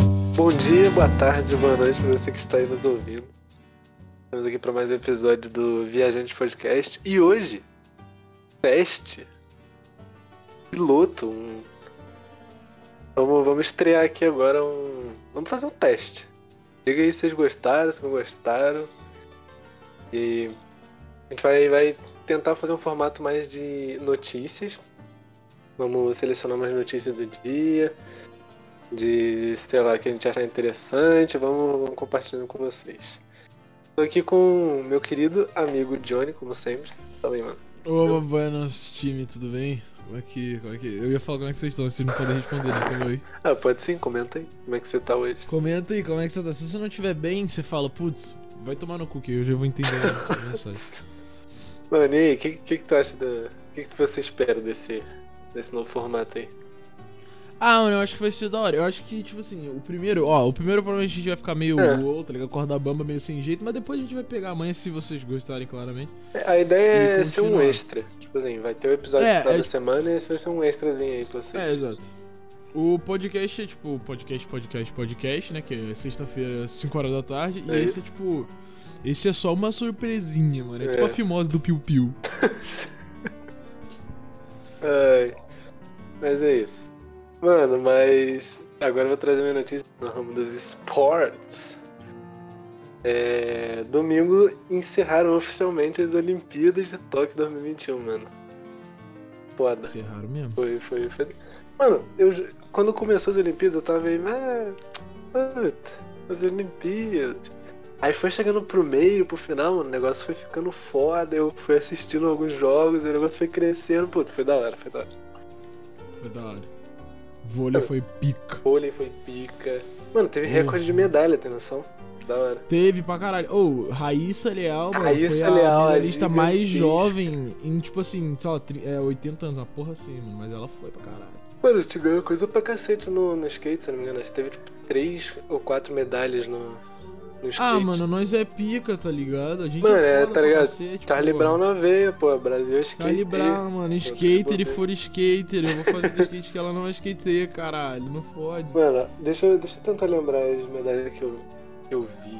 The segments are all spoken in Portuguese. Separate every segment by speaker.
Speaker 1: Bom dia, boa tarde, boa noite para você que está aí nos ouvindo. Estamos aqui para mais um episódio do Viajante Podcast e hoje, teste, piloto, um... Vamos, vamos estrear aqui agora um... Vamos fazer um teste. Diga aí se vocês gostaram, se não gostaram. E a gente vai, vai tentar fazer um formato mais de notícias. Vamos selecionar umas notícias do dia, de, sei lá, que a gente achar interessante, vamos, vamos compartilhando com vocês. Tô aqui com meu querido amigo Johnny, como sempre. Fala aí, mano.
Speaker 2: Ô, buenas, time, tudo bem? Como é que. Como é que. Eu ia falar como é que vocês estão, vocês não podem responder, né? Então, oi.
Speaker 1: Ah, pode sim, comenta aí. Como é que você tá hoje?
Speaker 2: Comenta aí como é que você tá. Se você não estiver bem, você fala, putz, vai tomar no cu que eu já vou entender a mensagem.
Speaker 1: Mano, e aí, o que, que, que tu acha da. O que, que você espera desse, desse novo formato aí?
Speaker 2: Ah, mano, eu acho que vai ser da hora. Eu acho que, tipo assim, o primeiro, ó, o primeiro provavelmente a gente vai ficar meio
Speaker 1: É.
Speaker 2: uou, tá ligado? Corda bamba, meio sem jeito, mas depois a gente vai pegar amanhã, se vocês gostarem, claramente.
Speaker 1: É, A ideia
Speaker 2: E
Speaker 1: é ser um
Speaker 2: continuar.
Speaker 1: extra. Tipo assim, vai ter o episódio
Speaker 2: É,
Speaker 1: de cada
Speaker 2: é-
Speaker 1: semana e esse vai ser um extrazinho aí pra vocês.
Speaker 2: É, exato. O podcast é tipo podcast, podcast, podcast, né? Que é sexta-feira, 5 horas da tarde.
Speaker 1: É
Speaker 2: e
Speaker 1: isso.
Speaker 2: esse é tipo. Esse é só uma surpresinha, mano. É,
Speaker 1: É.
Speaker 2: tipo a fimose do Piu Piu.
Speaker 1: Ai, mas é isso. Mano, mas agora eu vou trazer minha notícia no ramo dos esportes. É, domingo encerraram oficialmente as Olimpíadas de Tóquio 2021, mano. Foda.
Speaker 2: Isso é raro mesmo.
Speaker 1: Foi, foi, foi. Mano, eu, ju- quando começou as Olimpíadas, eu tava aí, ah, puta, as Olimpíadas. Aí foi chegando pro meio, pro final, mano, o negócio foi ficando foda, eu fui assistindo alguns jogos, e o negócio foi crescendo, puta, foi da hora, foi da hora.
Speaker 2: Foi É da hora.
Speaker 1: É.
Speaker 2: Vôlei foi pica.
Speaker 1: Vôlei foi pica. Mano, teve
Speaker 2: Hum.
Speaker 1: recorde de medalha, tem noção? Da hora.
Speaker 2: Teve pra caralho. Ô, Raíssa Leal, mano, foi
Speaker 1: Raíssa
Speaker 2: a
Speaker 1: Leal, a
Speaker 2: medalhista mais
Speaker 1: gigantesca.
Speaker 2: jovem em, tipo assim, sei lá, tri- é, 80 anos, uma porra assim, mano. Mas ela foi pra caralho.
Speaker 1: Mano, te ganhou coisa pra cacete no, no skate, se eu não me engano. Acho que teve tipo três ou quatro medalhas no, no skate.
Speaker 2: Ah, mano, nós é pica, tá ligado? A gente
Speaker 1: Mano,
Speaker 2: é,
Speaker 1: é,
Speaker 2: foda
Speaker 1: tá
Speaker 2: pra
Speaker 1: ligado?
Speaker 2: cacete,
Speaker 1: Charlie
Speaker 2: pô.
Speaker 1: Brown na veia, pô, Brasil é skate.
Speaker 2: Charlie Brown, mano, skater e for skater. Eu vou fazer do skate que ela não é skater, caralho. Não fode.
Speaker 1: Mano, deixa, eu- deixa eu tentar lembrar as medalhas que eu, que eu vi.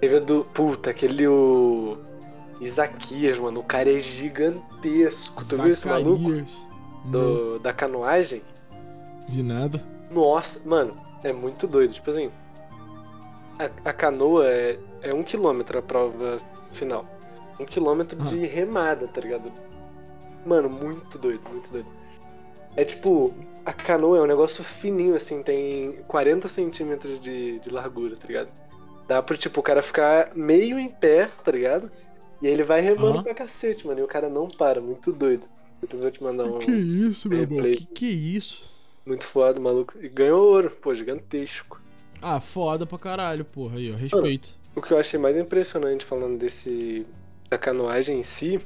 Speaker 1: Teve a do. Puta, aquele o. Isaquias, mano. O cara é gigantesco. Tu viu esse maluco?
Speaker 2: Zacarias. Não
Speaker 1: Do, da canoagem?
Speaker 2: vi nada.
Speaker 1: Nossa, mano, é muito doido. Tipo assim. A, a canoa é, é um quilômetro a prova final. Um quilômetro
Speaker 2: Ah.
Speaker 1: de remada, tá ligado? Mano, muito doido, muito doido. É tipo, a canoa é um negócio fininho, assim, tem 40 centímetros de, de largura, tá ligado? Dá pro, tipo, o cara ficar meio em pé, tá ligado? E aí ele vai remando
Speaker 2: Aham.
Speaker 1: pra cacete, mano. E o cara não para, muito doido. Depois eu vou te mandar um.
Speaker 2: Que isso, meu irmão?
Speaker 1: Replay.
Speaker 2: Que que isso?
Speaker 1: Muito foda, maluco. E ganhou ouro, pô, gigantesco.
Speaker 2: Ah, foda pra caralho, porra. Aí, ó, respeito.
Speaker 1: O que eu achei mais impressionante falando desse da canoagem em si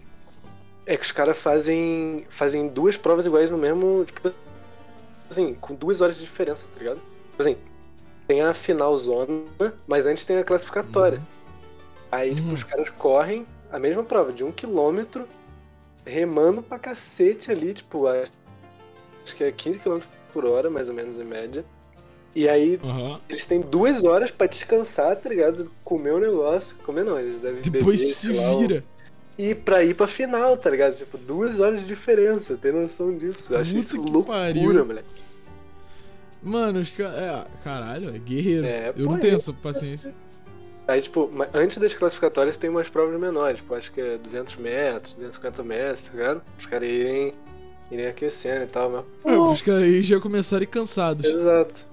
Speaker 1: é que os caras fazem fazem duas provas iguais no mesmo, tipo assim, com duas horas de diferença, tá ligado? Tipo assim, tem a final zona, mas antes tem a classificatória. Aí, tipo,
Speaker 2: Uhum.
Speaker 1: os caras correm a mesma prova, de um quilômetro, remando pra cacete ali, tipo, a- acho que é 15 km por hora, mais ou menos, em média. E aí,
Speaker 2: Uhum. Aham.
Speaker 1: eles têm duas horas pra descansar, tá ligado? Comer o negócio. Comer não, eles devem beber,
Speaker 2: Depois se
Speaker 1: sei lá, um-
Speaker 2: vira.
Speaker 1: E pra ir pra final, tá ligado? Tipo, duas horas de diferença. Tem noção disso? Eu achei
Speaker 2: Puta
Speaker 1: isso
Speaker 2: que
Speaker 1: loucura,
Speaker 2: pariu.
Speaker 1: moleque.
Speaker 2: Mano, os caras. É, caralho, é guerreiro.
Speaker 1: É,
Speaker 2: eu
Speaker 1: pô,
Speaker 2: não tenho
Speaker 1: é-
Speaker 2: essa paciência.
Speaker 1: Aí, tipo, ma- antes das classificatórias tem umas provas menores. Tipo, acho que é 200 metros, 250 metros, tá ligado? Os caras irem, irem aquecendo e tal, mas...
Speaker 2: Ah, os caras aí já começaram aí cansados.
Speaker 1: Exato.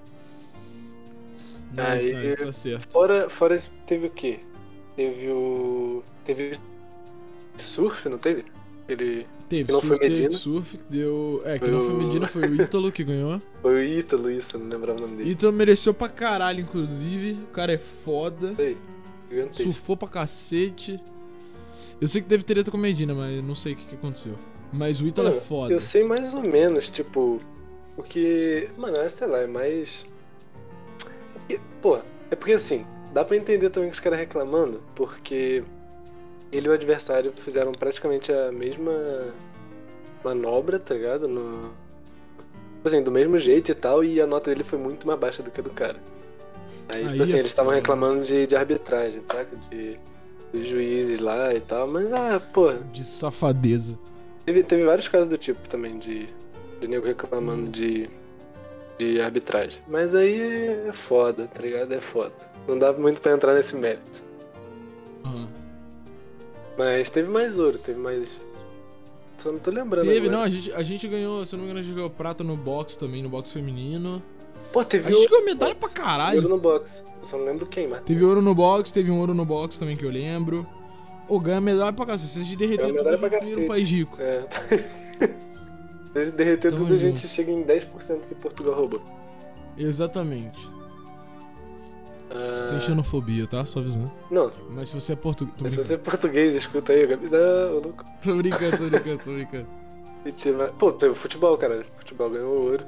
Speaker 2: Nice,
Speaker 1: É, Aí-
Speaker 2: nice, tá certo.
Speaker 1: Fora, fora isso, teve o quê? Teve o... Teve surf, não teve? Ele...
Speaker 2: Teve
Speaker 1: que não
Speaker 2: surf,
Speaker 1: foi
Speaker 2: teve
Speaker 1: Medina.
Speaker 2: surf, que deu. É, que
Speaker 1: Foi
Speaker 2: não foi
Speaker 1: o-
Speaker 2: Medina, foi o Ítalo que ganhou.
Speaker 1: Foi o Ítalo, isso, eu não lembrava o nome dele.
Speaker 2: Então mereceu pra caralho, inclusive. O cara é foda.
Speaker 1: Sei. Gigantesco.
Speaker 2: Surfou pra cacete. Eu sei que teve treta com o Medina, mas não sei o que, que aconteceu. Mas o Ítalo é
Speaker 1: Mano,
Speaker 2: foda.
Speaker 1: Hum, Eu sei mais ou menos, tipo, o que. Mano, é, sei lá, é mais. É porque, pô, é porque assim, dá pra entender também que os caras reclamando, porque ele e o adversário fizeram praticamente a mesma manobra, tá ligado? No... Tipo Assim, do mesmo jeito e tal, e a nota dele foi muito mais baixa do que a do cara. Aí,
Speaker 2: Aí
Speaker 1: tipo assim,
Speaker 2: é
Speaker 1: eles estavam
Speaker 2: foda.
Speaker 1: reclamando de, de arbitragem, saca? De, dos juízes lá e tal. Mas, ah, pô,
Speaker 2: De safadeza.
Speaker 1: teve, teve vários casos do tipo também, de, de nego reclamando de, de arbitragem. Mas aí é foda, tá ligado? É foda. Não dá muito pra entrar nesse mérito.
Speaker 2: Aham.
Speaker 1: Mas teve mais ouro, teve mais. Só não tô lembrando.
Speaker 2: Teve, não,
Speaker 1: agora.
Speaker 2: a gente, a gente ganhou, se eu não me engano, a gente ganhou prata no box também, no box feminino.
Speaker 1: Pô,
Speaker 2: A
Speaker 1: teve
Speaker 2: gente
Speaker 1: ouro.
Speaker 2: ganhou medalha pra
Speaker 1: Ouro
Speaker 2: caralho.
Speaker 1: no box. Eu só não lembro quem, mas.
Speaker 2: Teve ouro no box, teve um ouro no box também que eu lembro. Ô, ganha medalha pra cacete. Vocês derreteram
Speaker 1: Ganhou
Speaker 2: tudo
Speaker 1: medalha pra
Speaker 2: de dinheiro
Speaker 1: cacete.
Speaker 2: no país rico.
Speaker 1: É. Eles derreter
Speaker 2: Tamo
Speaker 1: tudo, a gente
Speaker 2: junto.
Speaker 1: chega em 10% que Portugal roubou.
Speaker 2: Exatamente.
Speaker 1: Ah,
Speaker 2: Sem xenofobia, tá? Só avisando.
Speaker 1: Não,
Speaker 2: Mas se você é português.
Speaker 1: É.
Speaker 2: Tô,
Speaker 1: mas se
Speaker 2: brincando.
Speaker 1: você é português, escuta aí, Gabi. Não, ô louco.
Speaker 2: tô brincando, tô brincando, tô brincando.
Speaker 1: Mentira, mas- Pô, teve futebol, caralho. Futebol ganhou ouro.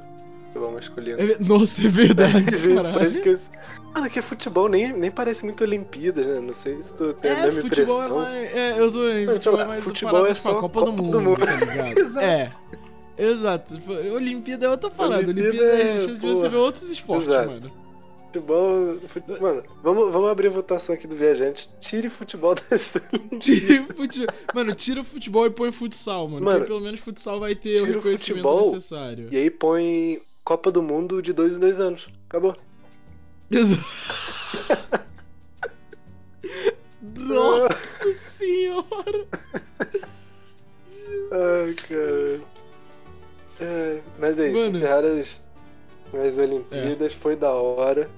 Speaker 1: Futebol masculino.
Speaker 2: É ve- Nossa, é verdade,
Speaker 1: gente, só
Speaker 2: caralho.
Speaker 1: esquece. Mano, que futebol nem, nem parece muito Olimpíadas, né? Não sei se tu tem a
Speaker 2: É,
Speaker 1: mesma
Speaker 2: futebol é
Speaker 1: impressão.
Speaker 2: mais. É, eu tô
Speaker 1: Mas, sei
Speaker 2: em. Futebol
Speaker 1: lá,
Speaker 2: é mais
Speaker 1: futebol
Speaker 2: parada,
Speaker 1: é
Speaker 2: tipo, a
Speaker 1: só
Speaker 2: Copa do
Speaker 1: Copa
Speaker 2: Mundo,
Speaker 1: do Mundo.
Speaker 2: tá ligado? é. Exato. Tipo, Olimpíada é outra parada.
Speaker 1: Olimpíada
Speaker 2: Olimpíada, é
Speaker 1: é,
Speaker 2: a chance de
Speaker 1: porra.
Speaker 2: você ver outros esportes,
Speaker 1: Exato.
Speaker 2: mano.
Speaker 1: Futebol. fute- Mano, vamos, vamos abrir a votação aqui do viajante. Tire futebol dessa.
Speaker 2: Tira, futebol... Mano, tira o futebol e põe futsal, mano.
Speaker 1: Mano,
Speaker 2: porque pelo menos futsal vai ter o
Speaker 1: tira o
Speaker 2: reconhecimento
Speaker 1: futebol
Speaker 2: necessário.
Speaker 1: E aí põe Copa do Mundo de dois em dois anos. Acabou.
Speaker 2: Exato. Nossa senhora!
Speaker 1: Ai, cara. É, mas é isso,
Speaker 2: Mano. É.
Speaker 1: encerraram as, as Olimpíadas, foi da hora.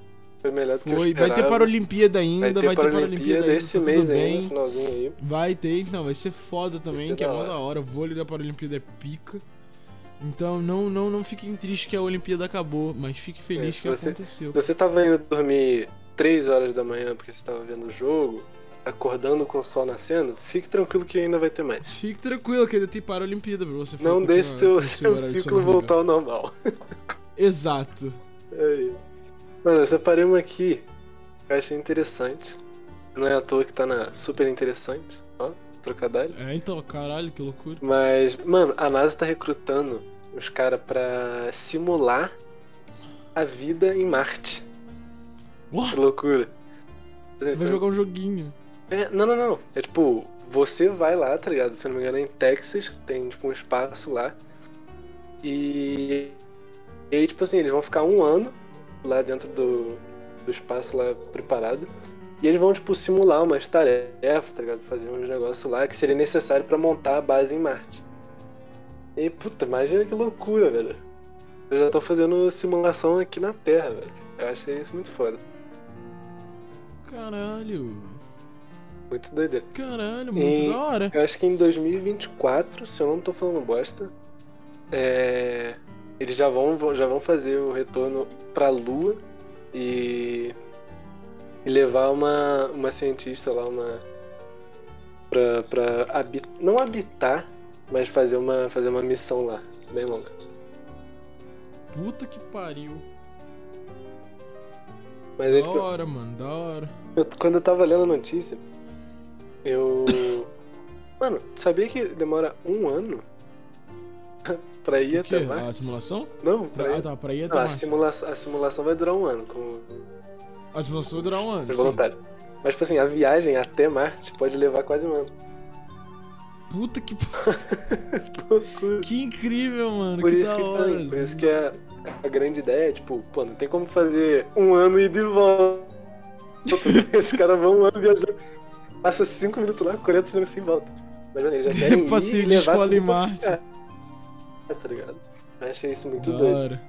Speaker 1: Foi melhor do que eu
Speaker 2: Foi, vai
Speaker 1: esperava.
Speaker 2: ter Paralimpíada ainda, vai ter Paralimpíada ainda,
Speaker 1: esse
Speaker 2: tá tudo
Speaker 1: mês ainda,
Speaker 2: bem.
Speaker 1: no finalzinho aí.
Speaker 2: Vai ter, então, vai ser foda também,
Speaker 1: ser
Speaker 2: que é
Speaker 1: da
Speaker 2: mó
Speaker 1: hora.
Speaker 2: da hora. O vôlei da Paralimpíada é pica. Então não, não, não fiquem tristes que a Olimpíada acabou, mas fique feliz
Speaker 1: É, se
Speaker 2: que
Speaker 1: você-
Speaker 2: aconteceu.
Speaker 1: Se você tava indo dormir 3 horas da manhã porque você tava vendo o jogo, acordando com o sol nascendo, fique tranquilo que ainda vai ter mais.
Speaker 2: Fique tranquilo que ainda tem Paralimpíada pra você
Speaker 1: Não
Speaker 2: continuar
Speaker 1: deixe seu,
Speaker 2: com
Speaker 1: seu
Speaker 2: horário de
Speaker 1: ciclo
Speaker 2: sono
Speaker 1: voltar ao normal.
Speaker 2: regular. Exato.
Speaker 1: É isso. Mano, eu separei uma aqui que eu achei interessante. Não é à toa que tá na super interessante, ó, trocadilho.
Speaker 2: É, então, caralho, que loucura.
Speaker 1: Mas, mano, a NASA tá recrutando os caras pra simular a vida em Marte.
Speaker 2: What?
Speaker 1: Que loucura.
Speaker 2: Você vai jogar um joguinho.
Speaker 1: É, não, não, não. É tipo, você vai lá, tá ligado? Se eu não me engano, é em Texas, tem tipo um espaço lá. E. E aí, tipo assim, eles vão ficar um ano lá dentro do, do espaço lá preparado. E eles vão, tipo, simular umas tarefas, tá ligado? Fazer uns negócios lá que seria necessário pra montar a base em Marte. E, puta, imagina que loucura, velho. Eu já tô fazendo simulação aqui na Terra, velho. Eu achei isso muito foda.
Speaker 2: Caralho.
Speaker 1: Muito doideira.
Speaker 2: Caralho, muito
Speaker 1: E-
Speaker 2: da hora.
Speaker 1: Eu acho que em 2024, se eu não tô falando bosta, é, eles já vão, vão- já vão fazer o retorno pra Lua e, e levar uma, uma cientista lá, uma. pra, pra habi- não habitar, mas fazer uma, fazer uma missão lá, bem longa.
Speaker 2: Puta que pariu.
Speaker 1: Mas aí,
Speaker 2: Da
Speaker 1: tipo,
Speaker 2: hora, mano, da hora.
Speaker 1: Eu- quando eu tava lendo a notícia, eu. Mano, sabia que demora um ano pra ir
Speaker 2: O quê?
Speaker 1: até Marte?
Speaker 2: A simulação?
Speaker 1: Não, pra
Speaker 2: Ah,
Speaker 1: ir.
Speaker 2: tá, pra ir até
Speaker 1: Não, a,
Speaker 2: Marte.
Speaker 1: simula a simulação vai durar um ano, como
Speaker 2: A simulação vai durar um ano.
Speaker 1: é
Speaker 2: sim.
Speaker 1: voluntário. Mas, tipo assim, a viagem até Marte pode levar quase um ano.
Speaker 2: Puta que
Speaker 1: Loucura.
Speaker 2: Que incrível, mano.
Speaker 1: Por
Speaker 2: que
Speaker 1: isso
Speaker 2: da
Speaker 1: que, tá
Speaker 2: hora. né?
Speaker 1: aí, por isso que a, a grande ideia é, tipo, pô, não tem como fazer um ano e ir de volta. Esses caras vão um ano viajando, passa cinco minutos lá, 40 minutos assim e volta. Mas, mano, eles já querem ir
Speaker 2: Passeio
Speaker 1: e
Speaker 2: de
Speaker 1: é levar
Speaker 2: escola
Speaker 1: tudo
Speaker 2: em
Speaker 1: pra
Speaker 2: Marte.
Speaker 1: ficar. É, tá ligado? Eu achei isso muito
Speaker 2: Da
Speaker 1: doido.
Speaker 2: hora.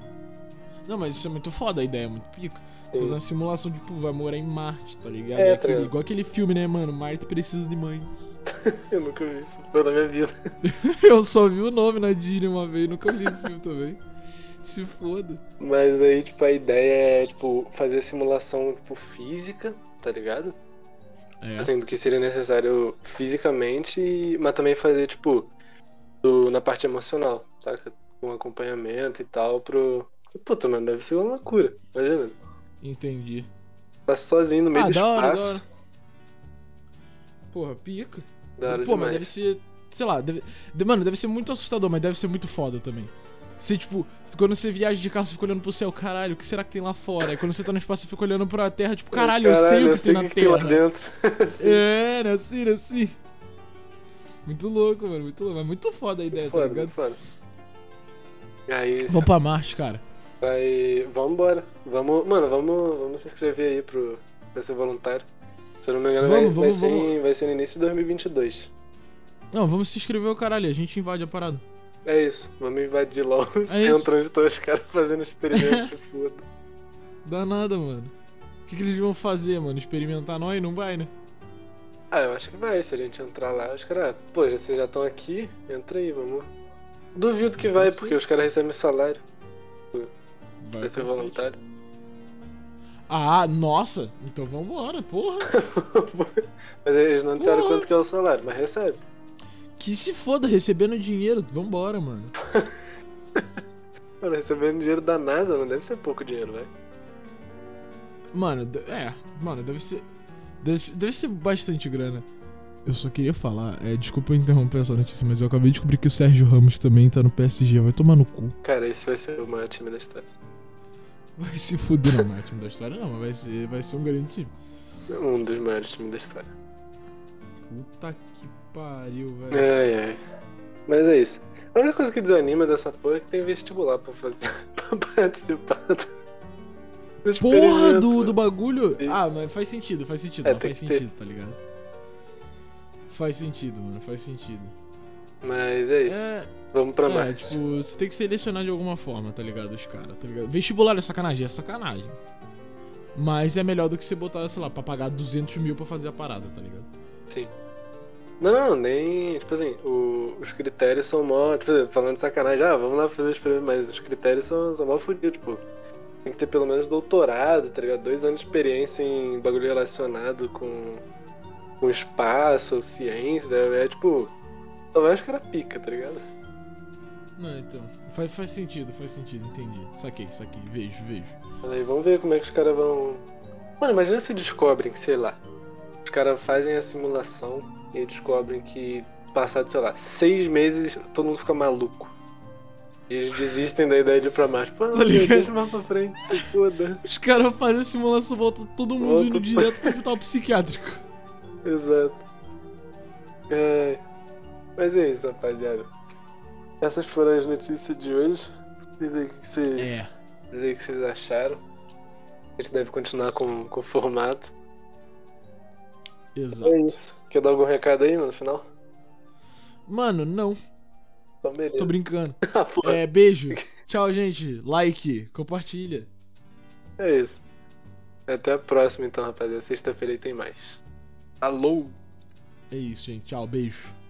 Speaker 2: Não, mas isso é muito foda, a ideia é muito pica. Você
Speaker 1: Sim.
Speaker 2: fazer uma simulação, tipo, vai morar em Marte, tá ligado?
Speaker 1: É, tá
Speaker 2: aquele,
Speaker 1: ligado.
Speaker 2: igual aquele filme, né, mano? Marte precisa de mães.
Speaker 1: Eu nunca vi isso na minha vida.
Speaker 2: Eu só vi o nome na Disney uma vez, nunca vi o filme também. Se foda.
Speaker 1: Mas aí, tipo, a ideia é, tipo, fazer simulação, tipo, física, tá ligado?
Speaker 2: É.
Speaker 1: Assim, do que seria necessário fisicamente, e- mas também fazer, tipo, do- na parte emocional, saca? Um acompanhamento e tal pro... Puta, mano, deve ser uma loucura, imagina.
Speaker 2: Entendi.
Speaker 1: Tá sozinho no meio
Speaker 2: Ah,
Speaker 1: do
Speaker 2: da hora, da
Speaker 1: espaço.
Speaker 2: Porra, pica.
Speaker 1: Da hora
Speaker 2: Pô, mas
Speaker 1: demais.
Speaker 2: deve ser. Sei lá, deve, de- mano, deve ser muito assustador, mas deve ser muito foda também. Você, tipo, quando você viaja de carro, você fica olhando pro céu, caralho, o que será que tem lá fora? Aí quando você tá no espaço, você fica olhando pra terra, tipo, caralho, eu sei o que tem na
Speaker 1: que
Speaker 2: terra.
Speaker 1: lá dentro.
Speaker 2: É, era assim, era assim. Muito louco, mano, muito louco. Mas muito foda a ideia,
Speaker 1: foda,
Speaker 2: tá
Speaker 1: muito
Speaker 2: ligado?
Speaker 1: foda. Aí,
Speaker 2: Vamos pra Marte, cara.
Speaker 1: vai... Vambora. Vamos, mano, vamos, vamos se inscrever aí pro... pra ser voluntário. Se eu não me engano, vai,
Speaker 2: Vamos, vamos,
Speaker 1: vai, Ser
Speaker 2: vamos.
Speaker 1: em, vai ser no início de 2022.
Speaker 2: Não, vamos se inscrever, ô caralho, a gente invade a parada.
Speaker 1: É isso. Vamos invadir lá o
Speaker 2: É isso.
Speaker 1: centro onde estão um os caras fazendo experimento. se foda.
Speaker 2: Dá nada, mano. O que, que eles vão fazer, mano? Experimentar nós? Não vai, né?
Speaker 1: Ah, eu acho que vai. Se a gente entrar lá, os caras. ah, Pô, já- vocês já estão aqui? Entra aí, vamos. Duvido que vai,
Speaker 2: Não sei.
Speaker 1: porque os caras recebem salário.
Speaker 2: Vai
Speaker 1: Vai ser
Speaker 2: cacete.
Speaker 1: voluntário.
Speaker 2: Ah, nossa! Então vambora, porra!
Speaker 1: mas eles não disseram
Speaker 2: Porra.
Speaker 1: quanto que é o salário, mas recebe.
Speaker 2: Que se foda, recebendo dinheiro, vambora, mano.
Speaker 1: Mano, recebendo dinheiro da NASA não deve ser pouco dinheiro, velho.
Speaker 2: Mano, de- é, mano, deve ser. Deve ser, deve ser bastante grana. Eu só queria falar, é, desculpa eu interromper essa notícia, mas eu acabei de descobrir que o Sérgio Ramos também tá no PSG, vai tomar no cu.
Speaker 1: Cara, esse vai ser o maior time da história.
Speaker 2: Vai se fuder, não, não é time da história, não, mas vai ser, vai ser um grande time.
Speaker 1: Um dos maiores times da história.
Speaker 2: Puta que pariu, velho.
Speaker 1: Ai, ai. é. Mas é isso. A única coisa que desanima dessa porra é que tem vestibular pra fazer, pra participar. do- do
Speaker 2: Porra do,
Speaker 1: experimento.
Speaker 2: do bagulho!
Speaker 1: Sim.
Speaker 2: Ah, mas faz sentido, faz sentido,
Speaker 1: É,
Speaker 2: mas
Speaker 1: tem
Speaker 2: faz
Speaker 1: que ter.
Speaker 2: sentido, tá ligado? Faz sentido, mano, faz sentido.
Speaker 1: Mas é isso.
Speaker 2: É,
Speaker 1: Vamos pra
Speaker 2: é
Speaker 1: Marte.
Speaker 2: tipo, você tem que selecionar de alguma forma, tá ligado? Os caras, tá ligado? Vestibular é sacanagem, é sacanagem. Mas é melhor do que você botar, sei lá, pra pagar 200 mil pra fazer a parada, tá ligado?
Speaker 1: Não, não, nem. Tipo assim, o- os critérios são mó. Tipo, falando de sacanagem, ah, vamos lá fazer o experimento, mas os critérios são, são mó fodidos, tipo. Tem que ter pelo menos doutorado, tá ligado? Dois anos de experiência em bagulho relacionado com, com espaço, ou ciência, é, tipo. Só vai os caras pica, tá ligado?
Speaker 2: Não, então, faz, faz sentido, faz sentido, entendi. Saquei, saquei, vejo, vejo.
Speaker 1: Mas aí, vamos ver como é que os caras vão. Mano, imagina se descobrem, sei lá. Os caras fazem a simulação e descobrem que passado, sei lá, seis meses todo mundo fica maluco. E eles desistem da ideia de ir pra Marte. Pô, meu,
Speaker 2: Tá ligado?
Speaker 1: deixa mais pra frente, se foda.
Speaker 2: Os caras fazem a simulação, volta todo mundo
Speaker 1: Volta
Speaker 2: indo
Speaker 1: pra-
Speaker 2: direto pro hospital psiquiátrico.
Speaker 1: Exato. É... Mas é isso, rapaziada. Essas foram as notícias de hoje. Diz aí o que vocês,
Speaker 2: É.
Speaker 1: diz aí o que vocês acharam. A gente deve continuar com, com o formato.
Speaker 2: Exato.
Speaker 1: É isso. Quer dar algum recado aí no final?
Speaker 2: Mano, não,
Speaker 1: Então, beleza.
Speaker 2: tô brincando.
Speaker 1: Ah, pô,
Speaker 2: É, beijo. Tchau, gente. Like, compartilha.
Speaker 1: é isso. Até a próxima, então, rapaziada. Sexta-feira aí tem mais. Alô!
Speaker 2: É isso, gente. Tchau, beijo.